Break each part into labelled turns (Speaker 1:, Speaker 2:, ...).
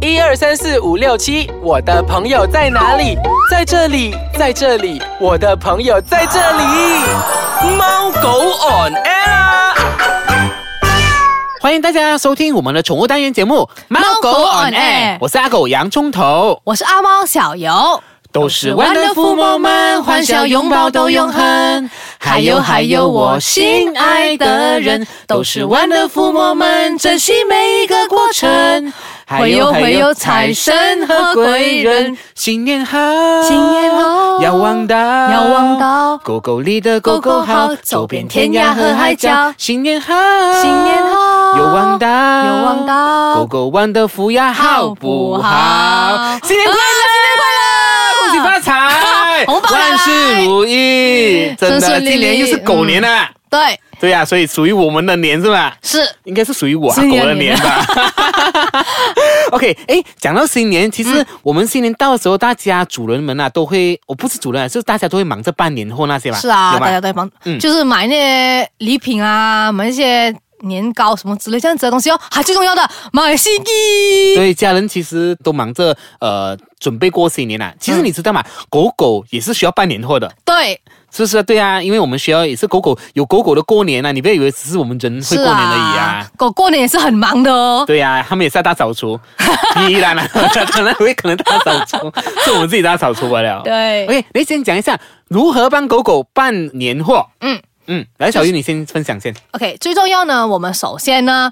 Speaker 1: 一二三四五六七，我的朋友在哪里？在这里，在这里，我的朋友在这里。
Speaker 2: 猫狗 on air 啊！
Speaker 3: 欢迎大家收听我们的宠物单元节目《猫狗 on
Speaker 4: on
Speaker 3: air
Speaker 4: air》，
Speaker 3: 我是阿狗洋葱头，
Speaker 4: 我是阿猫小游，
Speaker 3: 都是 wonderful moment，欢笑拥抱都永恒。还有还有，我心爱的人，都是 wonderful moment，珍惜每一个过程。还有还有，财神和贵人，新年好，
Speaker 4: 新年好
Speaker 3: 哦要望到，
Speaker 4: 要望到
Speaker 3: 狗狗里的狗
Speaker 4: 狗
Speaker 3: 狗好
Speaker 4: 狗好，
Speaker 3: 走遍天涯和海角，新年好，
Speaker 4: 新年好
Speaker 3: 有望到，
Speaker 4: 有望到
Speaker 3: 狗狗玩的福呀，好不好啊
Speaker 4: 好？
Speaker 3: 新年快乐！
Speaker 4: 乐
Speaker 3: 恭喜发财，
Speaker 4: 红包拿来
Speaker 3: 哎万事如
Speaker 1: 哎
Speaker 3: 意，
Speaker 4: 顺
Speaker 3: 真的，
Speaker 4: 顺利利
Speaker 3: 今年又是嗯狗年
Speaker 1: 啊
Speaker 3: 啦、
Speaker 4: 嗯对，
Speaker 3: 对呀、所以属于我们的年是吧？
Speaker 4: 是
Speaker 3: 应该是属于我、啊、
Speaker 4: 是
Speaker 3: 狗
Speaker 4: 你的
Speaker 3: 的年
Speaker 4: 年
Speaker 3: 吧。OK，哎，讲到新年，其实我们新年到的时候，大家主人们啊都会，我不是主人啊，就是大家都会忙着办年货那些吧？
Speaker 4: 是啊，
Speaker 3: 有吗
Speaker 4: 大家都在忙
Speaker 3: 嗯，
Speaker 4: 就是买那些礼品啊，买一些年糕什么之类这样子的东西哦，还最重要的买 CD。
Speaker 3: 所以家人其实都忙着呃准备过新年
Speaker 4: 嗯
Speaker 3: 啊。其实你知道吗？狗狗也是需要办年货的，
Speaker 4: 对，
Speaker 3: 是不是啊？对啊，因为我们学校也是狗狗有狗狗的过年啊，你不要以为只是我们人会
Speaker 4: 是
Speaker 3: 过年而已啊。
Speaker 4: 狗过年也是很忙的哦。
Speaker 3: 对呀、他们也是在大 扫除，依然啊，可能会可能大扫除，是我们自己大扫除罢了。
Speaker 4: 对
Speaker 3: ，OK，你先讲一下如何帮狗狗办年货。
Speaker 4: 嗯
Speaker 3: 嗯，来，小玉你先分享先。
Speaker 4: OK，最重要呢，我们首先呢，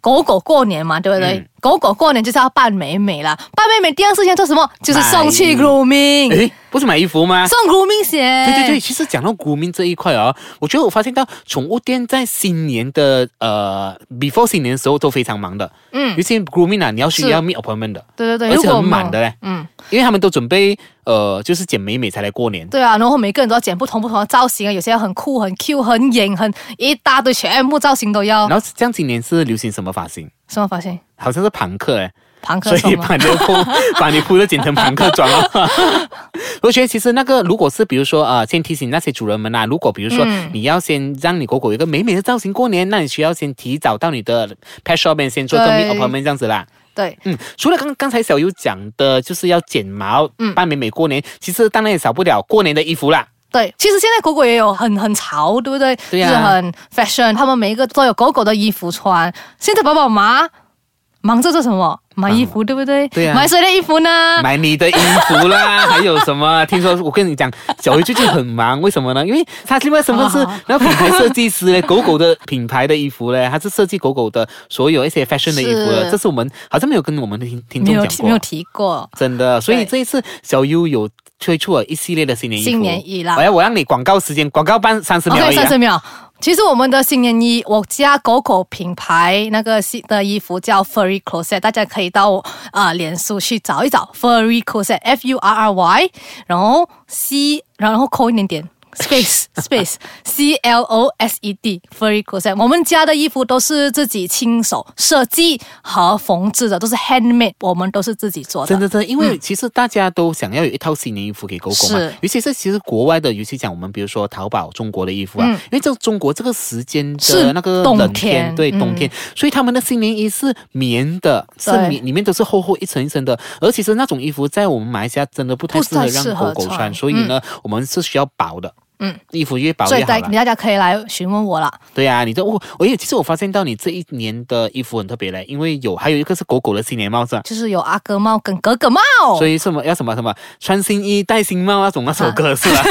Speaker 4: 狗狗过年嘛，对不对？
Speaker 3: 嗯
Speaker 4: 狗狗过年就是要扮美美啦，扮美美第二事情做什么？就是送去
Speaker 3: 买
Speaker 4: grooming，
Speaker 3: 诶，不是买衣服吗？
Speaker 4: 送 grooming 鞋。
Speaker 3: 对对对，其实讲到股民这一块哦，我觉得我发现到宠物店在新年的呃 before 新年的时候都非常忙的，
Speaker 4: 嗯
Speaker 3: 尤其 grooming 啊，你要需
Speaker 4: 是
Speaker 3: 要 meet appointment 的，
Speaker 4: 对对对，
Speaker 3: 而且
Speaker 4: 如果
Speaker 3: 很满的嘞，
Speaker 4: 嗯，
Speaker 3: 因为他们都准备呃就是剪美美才来过年，
Speaker 4: 对啊，然后每个人都要剪不同不同的造型啊，有些很酷、很 Q、很型、很一大堆，全部造型都要
Speaker 3: 然。后这样今年是流行什么发型？
Speaker 4: 什么发型？
Speaker 3: 好像是朋克哎、
Speaker 4: 庞克
Speaker 3: 所
Speaker 4: 什
Speaker 3: 以
Speaker 4: 么？
Speaker 3: 把你的 裤把你裤都剪成朋克装了。我觉得其实那个如果是比如说呃，先提醒那些主人们啊，如果比如说
Speaker 4: 嗯
Speaker 3: 你要先让你狗狗有一个美美的造型过年，那你需要先提早到你的 pet shop 边先做个 meet
Speaker 4: 对
Speaker 3: appointment 这样子啦。
Speaker 4: 对，
Speaker 3: 嗯，除了刚刚才小优讲的，就是要剪毛，
Speaker 4: 嗯
Speaker 3: 扮美美过年，其实当然也少不了过年的衣服啦。
Speaker 4: 对，其实现在狗狗也有很很潮，对不对？
Speaker 3: 对啊
Speaker 4: 就是很 fashion，他们每一个都有狗狗的衣服穿。现在宝宝妈忙着做什么？买衣服，对不对？
Speaker 3: 对啊
Speaker 4: 买谁的衣服 呢？
Speaker 3: 买你的衣服啦，还有什么？听说我跟你讲，小鱼最近很忙，为什么呢？因为他另外身份是
Speaker 4: 好好好
Speaker 3: 那个品牌设计师嘞，狗狗的品牌的衣服嘞，他是设计狗狗的所有一些 fashion 的衣服的。
Speaker 4: 是
Speaker 3: 这是我们好像没有跟我们的听听
Speaker 4: 没
Speaker 3: 众
Speaker 4: 有
Speaker 3: 讲
Speaker 4: 没有
Speaker 3: 过，
Speaker 4: 提过，
Speaker 3: 真的。所以
Speaker 4: 对
Speaker 3: 这一次小优有推出了一系列的新年衣服。
Speaker 4: 新年衣啦
Speaker 3: 哎呀，我让你广告时间，广告半三十秒而
Speaker 4: OK，
Speaker 3: 已
Speaker 4: 哦
Speaker 3: 啊、
Speaker 4: 三十秒。其实我们的新年衣，我家狗狗品牌那个新的衣服叫 Furry Closet，大家可以到啊、呃脸书去找一找 Furry Closet，F U R R Y，然后 C，然后扣一点点 space space C L O S E D Furry Closet。我们家的衣服都是自己亲手设计和缝制的，都是 handmade，我们都是自己做的。嗯
Speaker 3: 真的真的，因为其实大家都想要有一套新年衣服给狗狗嘛
Speaker 4: 是，
Speaker 3: 尤其是其实国外的，尤其讲我们比如说淘宝中国的衣服啊，
Speaker 4: 嗯
Speaker 3: 因为这中国这个时间的
Speaker 4: 是
Speaker 3: 那个
Speaker 4: 冬
Speaker 3: 冷
Speaker 4: 天
Speaker 3: 对
Speaker 4: 嗯
Speaker 3: 冬天，所以他们的新年衣是棉的，是
Speaker 4: 对
Speaker 3: 棉里面都是厚厚一层一层的，而其实那种衣服在我们马来西亚真的不太
Speaker 4: 不
Speaker 3: 适合
Speaker 4: 太
Speaker 3: 让
Speaker 4: 适合
Speaker 3: 狗狗
Speaker 4: 穿
Speaker 3: 穿，所以呢，我们是需要薄的。
Speaker 4: 嗯，
Speaker 3: 衣服越薄
Speaker 4: 所以
Speaker 3: 越好
Speaker 4: 大
Speaker 3: 啦。
Speaker 4: 大家可以来询问我啦。
Speaker 3: 对呀、你这我我也其实我发现到你这一年的衣服很特别嘞，因为有还有一个是狗狗的新年帽子啊，
Speaker 4: 就是有阿哥帽跟格格帽，
Speaker 3: 所以什么要什么什么穿新衣戴新帽那种那首
Speaker 4: 啊
Speaker 3: 歌是吧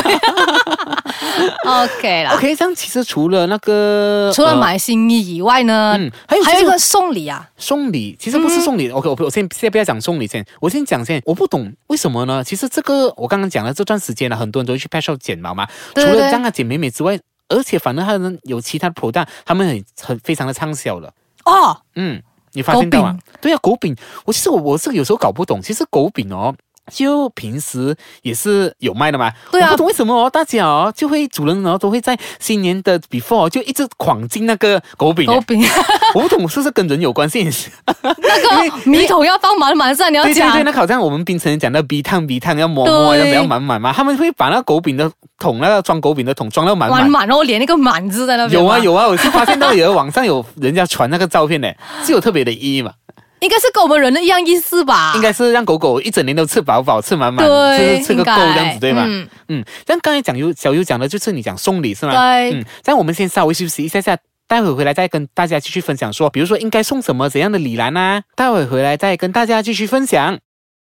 Speaker 4: OK 啦。
Speaker 3: ？OK，这样其实除了那个
Speaker 4: 除了
Speaker 3: 呃
Speaker 4: 买新衣以外呢，
Speaker 3: 嗯还有
Speaker 4: 还有
Speaker 3: 就
Speaker 4: 一
Speaker 3: 是
Speaker 4: 个送礼啊，
Speaker 3: 送礼，其实不是
Speaker 4: 嗯
Speaker 3: 送礼。OK，我我先先不要讲送礼先，我先讲先，我不懂为什么呢？其实这个我刚刚讲了这段时间呢，啊很多人都会去 pet shop 剪毛嘛，
Speaker 4: 对对
Speaker 3: 除了
Speaker 4: 对
Speaker 3: 让它剪美美之外，而且反正他们有其他 product，他们很很非常的畅销了。
Speaker 4: 哦，
Speaker 3: 嗯，你发现到啊？对啊，狗饼，我其实我我是有时候搞不懂，其实狗饼哦。就平时也是有卖的嘛，
Speaker 4: 对啊
Speaker 3: 我不懂为什么哦，大家哦就会主人哦都会在新年的 before 哦就一直狂进那个狗饼，
Speaker 4: 狗饼，啊
Speaker 3: 我不懂是不是跟人 有关系？
Speaker 4: 那个米桶要放满满上，你要
Speaker 3: 对对
Speaker 4: 讲
Speaker 3: 对，那个好像我们槟城人讲的 B 烫 B 烫要摸摸要
Speaker 4: 对
Speaker 3: 不要满满嘛，他们会把那狗饼的桶那个装狗饼的桶装到满
Speaker 4: 满
Speaker 3: 满。
Speaker 4: 满，然后连那个满字在那边，
Speaker 3: 啊有啊，有啊，我是发现到有网上有人家传那个照片嘞，是有特别的意义嘛？
Speaker 4: 应该是跟我们人的一样意思吧？
Speaker 3: 应该是让狗狗一整年都吃饱饱、吃满满，
Speaker 4: 啊对
Speaker 3: 吃吃个够
Speaker 4: 应该
Speaker 3: 这样子，对吗？
Speaker 4: 嗯
Speaker 3: 嗯但刚才讲优小优讲的就是你讲送礼是吗？
Speaker 4: 对
Speaker 3: 嗯，这样我们先稍微休息一下下。待会回来再跟大家继续分享说，比如说应该送什么怎样的礼篮啊？待会回来再跟大家继续分享。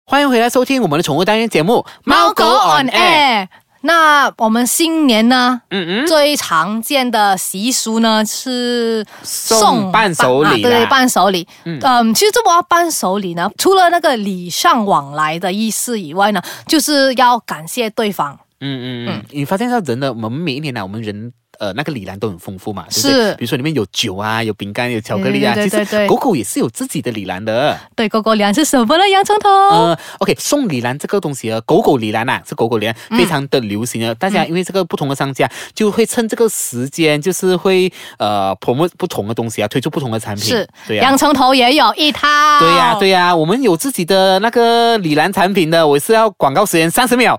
Speaker 3: 欢迎回来收听我们的宠物单元节目《
Speaker 4: 猫狗 on air。那我们新年呢？
Speaker 3: 嗯嗯，
Speaker 4: 最常见的习俗呢是
Speaker 3: 送伴手礼
Speaker 4: 啊对
Speaker 3: 啦
Speaker 4: 伴手礼。嗯
Speaker 3: 嗯
Speaker 4: 其实这么伴手礼呢，除了那个礼尚往来的意思以外呢，就是要感谢对方。
Speaker 3: 嗯嗯嗯，你发现到人的，我们每一年呢、我们人呃那个礼篮都很丰富嘛，对不对
Speaker 4: 是嗯
Speaker 3: 比如说里面有酒啊，有饼干，有巧克力啊，
Speaker 4: 对对对
Speaker 3: 其
Speaker 4: 对
Speaker 3: 实狗狗也是有自己的礼篮的。
Speaker 4: 对，狗狗粮是什么呢？洋葱头。
Speaker 3: 呃，OK，送礼篮这个东西啊，狗狗礼篮啊，是狗狗礼篮，非常的流行
Speaker 4: 嗯
Speaker 3: 啊。大家因为这个不同的商家就会趁这个时间，就是会呃 promote 不同的东西啊，推出不同的产品。
Speaker 4: 是，
Speaker 3: 对啊呀、
Speaker 4: 洋葱头也有一套。
Speaker 3: 对
Speaker 4: 哦
Speaker 3: 呀、对呀、我们有自己的那个李兰产品的，我是要广告时间三 十秒。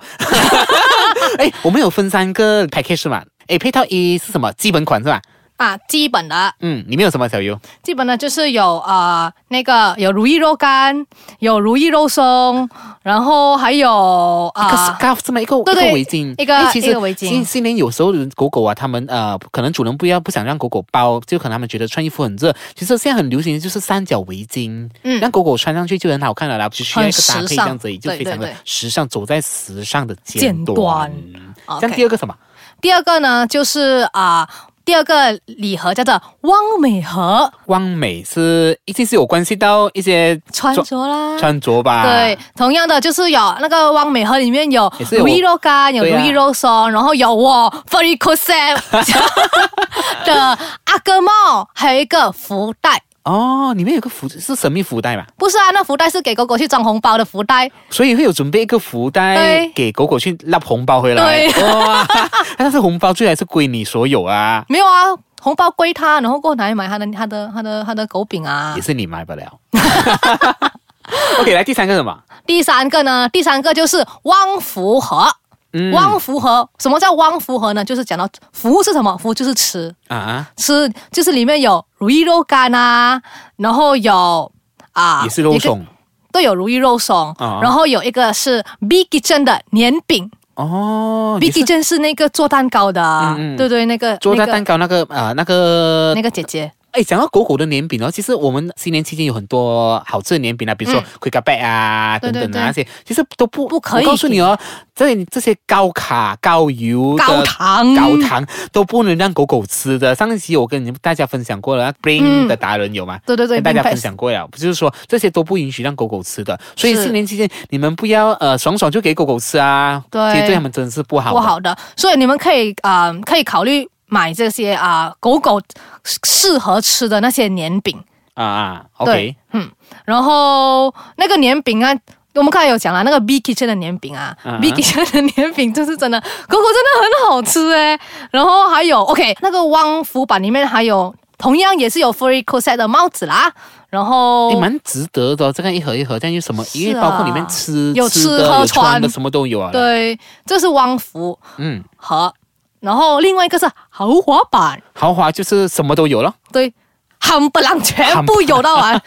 Speaker 3: 哎，我们有分三个 package 嘛？哎，配套一是什么？基本款是吧？
Speaker 4: 啊，基本的，
Speaker 3: 嗯，里面有什么小优？
Speaker 4: 基本的就是有啊、呃那个有如意肉干，有如意肉松，然后还有
Speaker 3: 一个
Speaker 4: 啊。
Speaker 3: scarf 这么一个
Speaker 4: 对
Speaker 3: 一
Speaker 4: 对
Speaker 3: 个围巾，
Speaker 4: 一个
Speaker 3: 哎其实
Speaker 4: 一个围巾
Speaker 3: 新新年有时候狗狗啊，他们呃，可能主人不要不想让狗狗包，就可能他们觉得穿衣服很热。其实现在很流行的就是三角围巾，
Speaker 4: 嗯
Speaker 3: 让狗狗穿上去就很好看了啦，只需要一个搭
Speaker 4: 很
Speaker 3: 配
Speaker 4: 时
Speaker 3: 这
Speaker 4: 尚
Speaker 3: 样子，也就
Speaker 4: 对
Speaker 3: 非常
Speaker 4: 对
Speaker 3: 的
Speaker 4: 对
Speaker 3: 时尚，走在时尚的尖
Speaker 4: 尖端
Speaker 3: 端。
Speaker 4: OK
Speaker 3: 这样第二个什么？
Speaker 4: 第二个呢，就是啊、第二个礼盒叫做汪美盒，
Speaker 3: 汪美是一定是有关系到一些
Speaker 4: 穿着啦。
Speaker 3: 穿着吧？
Speaker 4: 对，同样的就是有那个汪美盒里面有
Speaker 3: 也是有
Speaker 4: 如意肉干，有
Speaker 3: 对啊
Speaker 4: 如意肉松，然后有我 f e r r y c o s e 的阿哥帽，还有一个福袋。
Speaker 3: 哦，里面有个福是神秘福袋嘛，
Speaker 4: 不是啊，那福袋是给狗狗去装红包的福袋，
Speaker 3: 所以会有准备一个福袋
Speaker 4: 对
Speaker 3: 给狗狗去拉红包回来。哇， 哎但是红包最还是归你所有啊，
Speaker 4: 没有啊，红包归他，然后过来买他的他的他的他的狗饼啊
Speaker 3: 也。是你买不 了。OK，来第三个是什么？
Speaker 4: 第三个呢，第三个就是汪福盒。
Speaker 3: 嗯
Speaker 4: 汪福盒，什么叫汪福盒呢？就是讲到福是什么？福就是吃，
Speaker 3: 啊，
Speaker 4: 吃就是里面有如意肉干啊，然后有啊，
Speaker 3: 也是肉
Speaker 4: 一个，
Speaker 3: 松
Speaker 4: 都有如意肉松，
Speaker 3: 啊
Speaker 4: 然后有一个是 Big Kitchen 的年饼
Speaker 3: 哦，
Speaker 4: ，Big
Speaker 3: 也是
Speaker 4: Kitchen 是那个做蛋糕的，
Speaker 3: 嗯嗯
Speaker 4: 对对，那个
Speaker 3: 做在
Speaker 4: 那个
Speaker 3: 蛋糕那个啊、那个
Speaker 4: 那个姐姐，
Speaker 3: 哎，讲到狗狗的年饼哦，其实我们新年期间有很多好吃的年饼啊，比如说
Speaker 4: 嗯
Speaker 3: 龟甲贝啊、
Speaker 4: 对
Speaker 3: 等等
Speaker 4: 对
Speaker 3: 啊那些，其实都不
Speaker 4: 不可以
Speaker 3: 我告诉你哦，这这些高卡、高油的、
Speaker 4: 高糖
Speaker 3: 高糖都不能让狗狗吃的。上一期我跟你们大家分享过了
Speaker 4: 嗯
Speaker 3: ，Bring 的达人有吗？
Speaker 4: 对对对
Speaker 3: 跟哎大家
Speaker 4: Brain Fest
Speaker 3: 分享过了，就是说这些都不允许让狗狗吃的，所以
Speaker 4: 是
Speaker 3: 新年期间你们不要呃爽爽就给狗狗吃啊，
Speaker 4: 对
Speaker 3: 其实对它们真的是不好
Speaker 4: 不
Speaker 3: 的。
Speaker 4: 好的，所以你们可以啊、呃可以考虑买这些啊、狗狗适合吃的那些年饼。
Speaker 3: 啊啊
Speaker 4: 对
Speaker 3: ，OK，
Speaker 4: 嗯，然后那个年饼啊，我们刚才有讲了，那个 B Kitchen 的年饼啊、
Speaker 3: 嗯
Speaker 4: b Kitchen 的年饼就是真的，狗狗真的很好吃诶。然后还有 OK，那个汪福版里面还有同样也是有 Free c o s e t 的帽子啦，然后
Speaker 3: 也蛮值得的、哦，这个一盒一盒，这样有什么？因为
Speaker 4: 是啊
Speaker 3: 包括里面吃、
Speaker 4: 有吃
Speaker 3: 吃的、
Speaker 4: 喝
Speaker 3: 有穿的，
Speaker 4: 穿
Speaker 3: 什么都有啊。，
Speaker 4: 对，这是汪福
Speaker 3: 嗯，
Speaker 4: 和，然后另外一个是豪华版，
Speaker 3: 豪华就是什么都有了。
Speaker 4: 对，夯不啷全部有到完。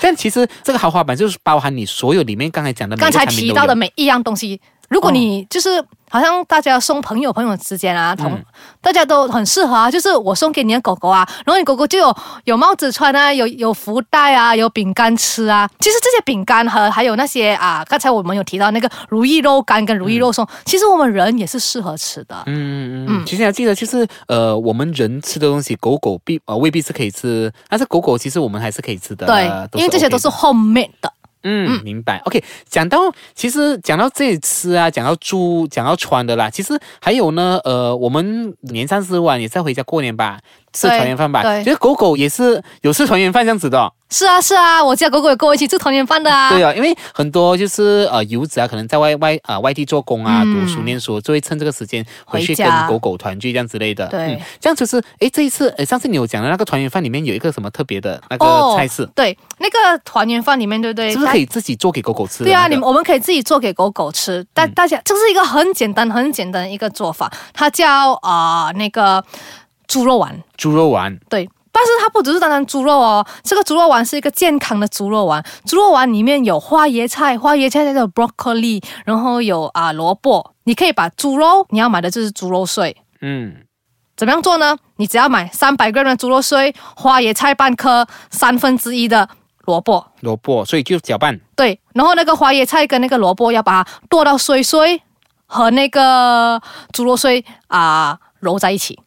Speaker 3: 但其实这个豪华版就是包含你所有里面刚才讲的每个
Speaker 4: 刚才
Speaker 3: 产品
Speaker 4: 提
Speaker 3: 都有，
Speaker 4: 到的每一样东西，如果你就是好像大家送朋友朋友之间啊，同、
Speaker 3: 嗯
Speaker 4: 大家都很适合啊，就是我送给你的狗狗啊，然后你狗狗就有有帽子穿啊，有有福袋啊，有饼干吃啊。其实这些饼干和还有那些啊，刚才我们有提到那个如意肉干跟如意肉松，其实我们人也是适合吃的。
Speaker 3: 嗯嗯嗯嗯，其实还记得就是呃，我们人吃的东西，狗狗必呃未必是可以吃，但是狗狗其实我们还是可以吃的。
Speaker 4: 对
Speaker 3: 呃，
Speaker 4: 因为这些
Speaker 3: OK
Speaker 4: 都是
Speaker 3: 的
Speaker 4: homemade 的，
Speaker 3: 嗯，明白。OK，讲到其实讲到这里吃啊，讲到住，讲到穿的啦，其实还有呢，呃，我们年三十晚也是要回家过年吧，吃
Speaker 4: 对
Speaker 3: 团圆饭吧。
Speaker 4: 对
Speaker 3: 其实狗狗也是有吃团圆饭这样子的哦、
Speaker 4: 是啊是啊，我家狗狗也跟我一起吃团圆饭的啊。
Speaker 3: 对啊，因为很多就是呃游子啊，可能在外外啊、呃、外地做工啊、
Speaker 4: 嗯
Speaker 3: 读书念书，就会趁这个时间回
Speaker 4: 回
Speaker 3: 去跟
Speaker 4: 家
Speaker 3: 狗狗团聚这样之类的。嗯
Speaker 4: 对
Speaker 3: 这样就是诶，这一次诶，上次你有讲的那个团圆饭里面有一个什么特别的那
Speaker 4: 哦
Speaker 3: 个菜式，
Speaker 4: 对，那个团圆饭里面，对不对？
Speaker 3: 是不是可以自己做给狗狗吃的
Speaker 4: 对啊，
Speaker 3: 那个、
Speaker 4: 你们我们可以自己做给狗狗吃。大大家，这是一个很简单、很简单的一个做法，它叫啊、呃那个猪肉丸。
Speaker 3: 猪肉丸。
Speaker 4: 对，但是它不只是单单猪肉哦，这个猪肉丸是一个健康的猪肉丸，猪肉丸里面有花椰菜，花椰菜有 broccoli，然后有啊、萝卜，你可以把猪肉，你要买的就是猪肉碎。
Speaker 3: 嗯，
Speaker 4: 怎么样做呢？你只要买三百 gram 的猪肉碎，花椰菜半颗，三分之一的萝卜，
Speaker 3: 萝卜，所以就搅拌。
Speaker 4: 对，然后那个花椰菜跟那个萝卜要把它剁到碎碎，和那个猪肉碎啊、揉在一起，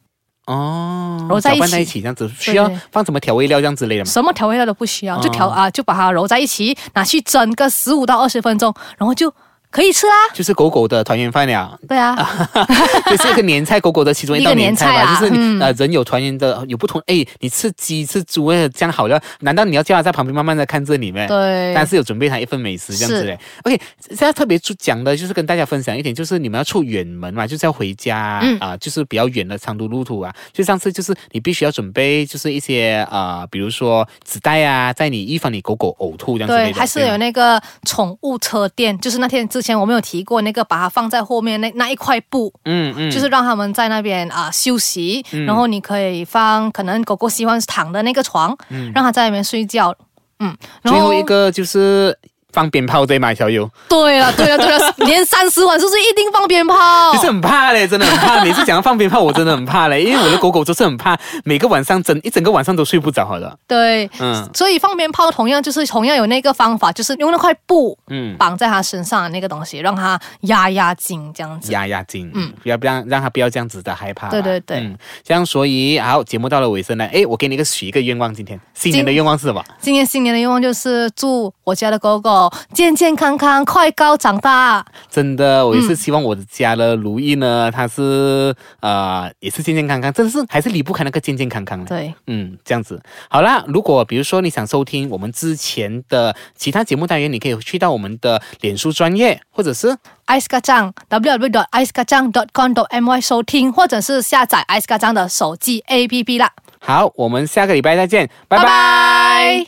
Speaker 3: 哦，
Speaker 4: 揉在一起
Speaker 3: 搅拌在一起这样子，需要
Speaker 4: 对
Speaker 3: 放什么调味料这样之类的吗？
Speaker 4: 什么调味料都不需要，就调
Speaker 3: 哦
Speaker 4: 啊、就把它揉在一起，拿去蒸个十五到二十分钟，然后就可以吃啦。
Speaker 3: 就是狗狗的团圆饭了，
Speaker 4: 对啊，
Speaker 3: 这是一个年菜，狗狗的其中一道
Speaker 4: 一个
Speaker 3: 年
Speaker 4: 年
Speaker 3: 菜吧，
Speaker 4: 菜啊
Speaker 3: 就是你、
Speaker 4: 嗯
Speaker 3: 呃人有团圆的有不同，哎，你吃鸡吃猪哎这样好料，难道你要叫它在旁边慢慢的看着你吗？
Speaker 4: 对，
Speaker 3: 但是有准备他一份美食这样子
Speaker 4: 是
Speaker 3: 嘞。OK，现在特别注讲的就是跟大家分享一点，就是你们要出远门嘛，就是要回家啊、
Speaker 4: 嗯
Speaker 3: 就是比较远的长途路途啊。就上次就是你必须要准备就是一些啊、呃比如说纸袋啊，在你预防你狗狗呕吐这样之类
Speaker 4: 对，
Speaker 3: 的。
Speaker 4: 还是有
Speaker 3: 吗
Speaker 4: 那个宠物车店，就是那天之前我们有提过那个，把它放在后面那那一块布，
Speaker 3: 嗯嗯，
Speaker 4: 就是让他们在那边啊、休息，然后你可以放可能狗狗喜欢躺的那个床，
Speaker 3: 嗯
Speaker 4: 让它在那边睡觉。嗯，然
Speaker 3: 最
Speaker 4: 后
Speaker 3: 后一个就是。放鞭炮对吗，小友？
Speaker 4: 对了，对了，对 了，连三十晚是不是一定放鞭炮
Speaker 3: 其？实很怕嘞，真的很怕。每次讲到放鞭炮，我真的很怕嘞，因为我的狗狗就是很怕，每个晚上整一整个晚上都睡不着，好了。
Speaker 4: 对，
Speaker 3: 嗯
Speaker 4: 所以放鞭炮同样就是同样有那个方法，就是用那块布
Speaker 3: 嗯，
Speaker 4: 绑在它身上的那个东西，让它压压惊这样子。
Speaker 3: 压压惊，嗯
Speaker 4: 嗯，
Speaker 3: 不要不让让他不要这样子的害怕啦。
Speaker 4: 对对对
Speaker 3: 嗯，这样所以好，节目到了尾声了，诶，我给你一个许一个愿望，今天新年的
Speaker 4: 今
Speaker 3: 愿望是什么？
Speaker 4: 今年新年的愿望就是祝我家的狗狗健健康康、快高长大。
Speaker 3: 真的，我也是希望我的家的如意呢，它是呃也是健健康康，真的是还是离不开那个健健康康的。
Speaker 4: 对，
Speaker 3: 嗯，这样子好啦。如果比如说你想收听我们之前的其他节目单元，你可以去到我们的脸书专业，或者是
Speaker 4: ice 嘎酱 w w ice 嘎酱 com my 收听，或者是下载 ice 嘎酱的手机 APP 啦。
Speaker 3: 好，我们下个礼拜再见，拜拜。
Speaker 4: 拜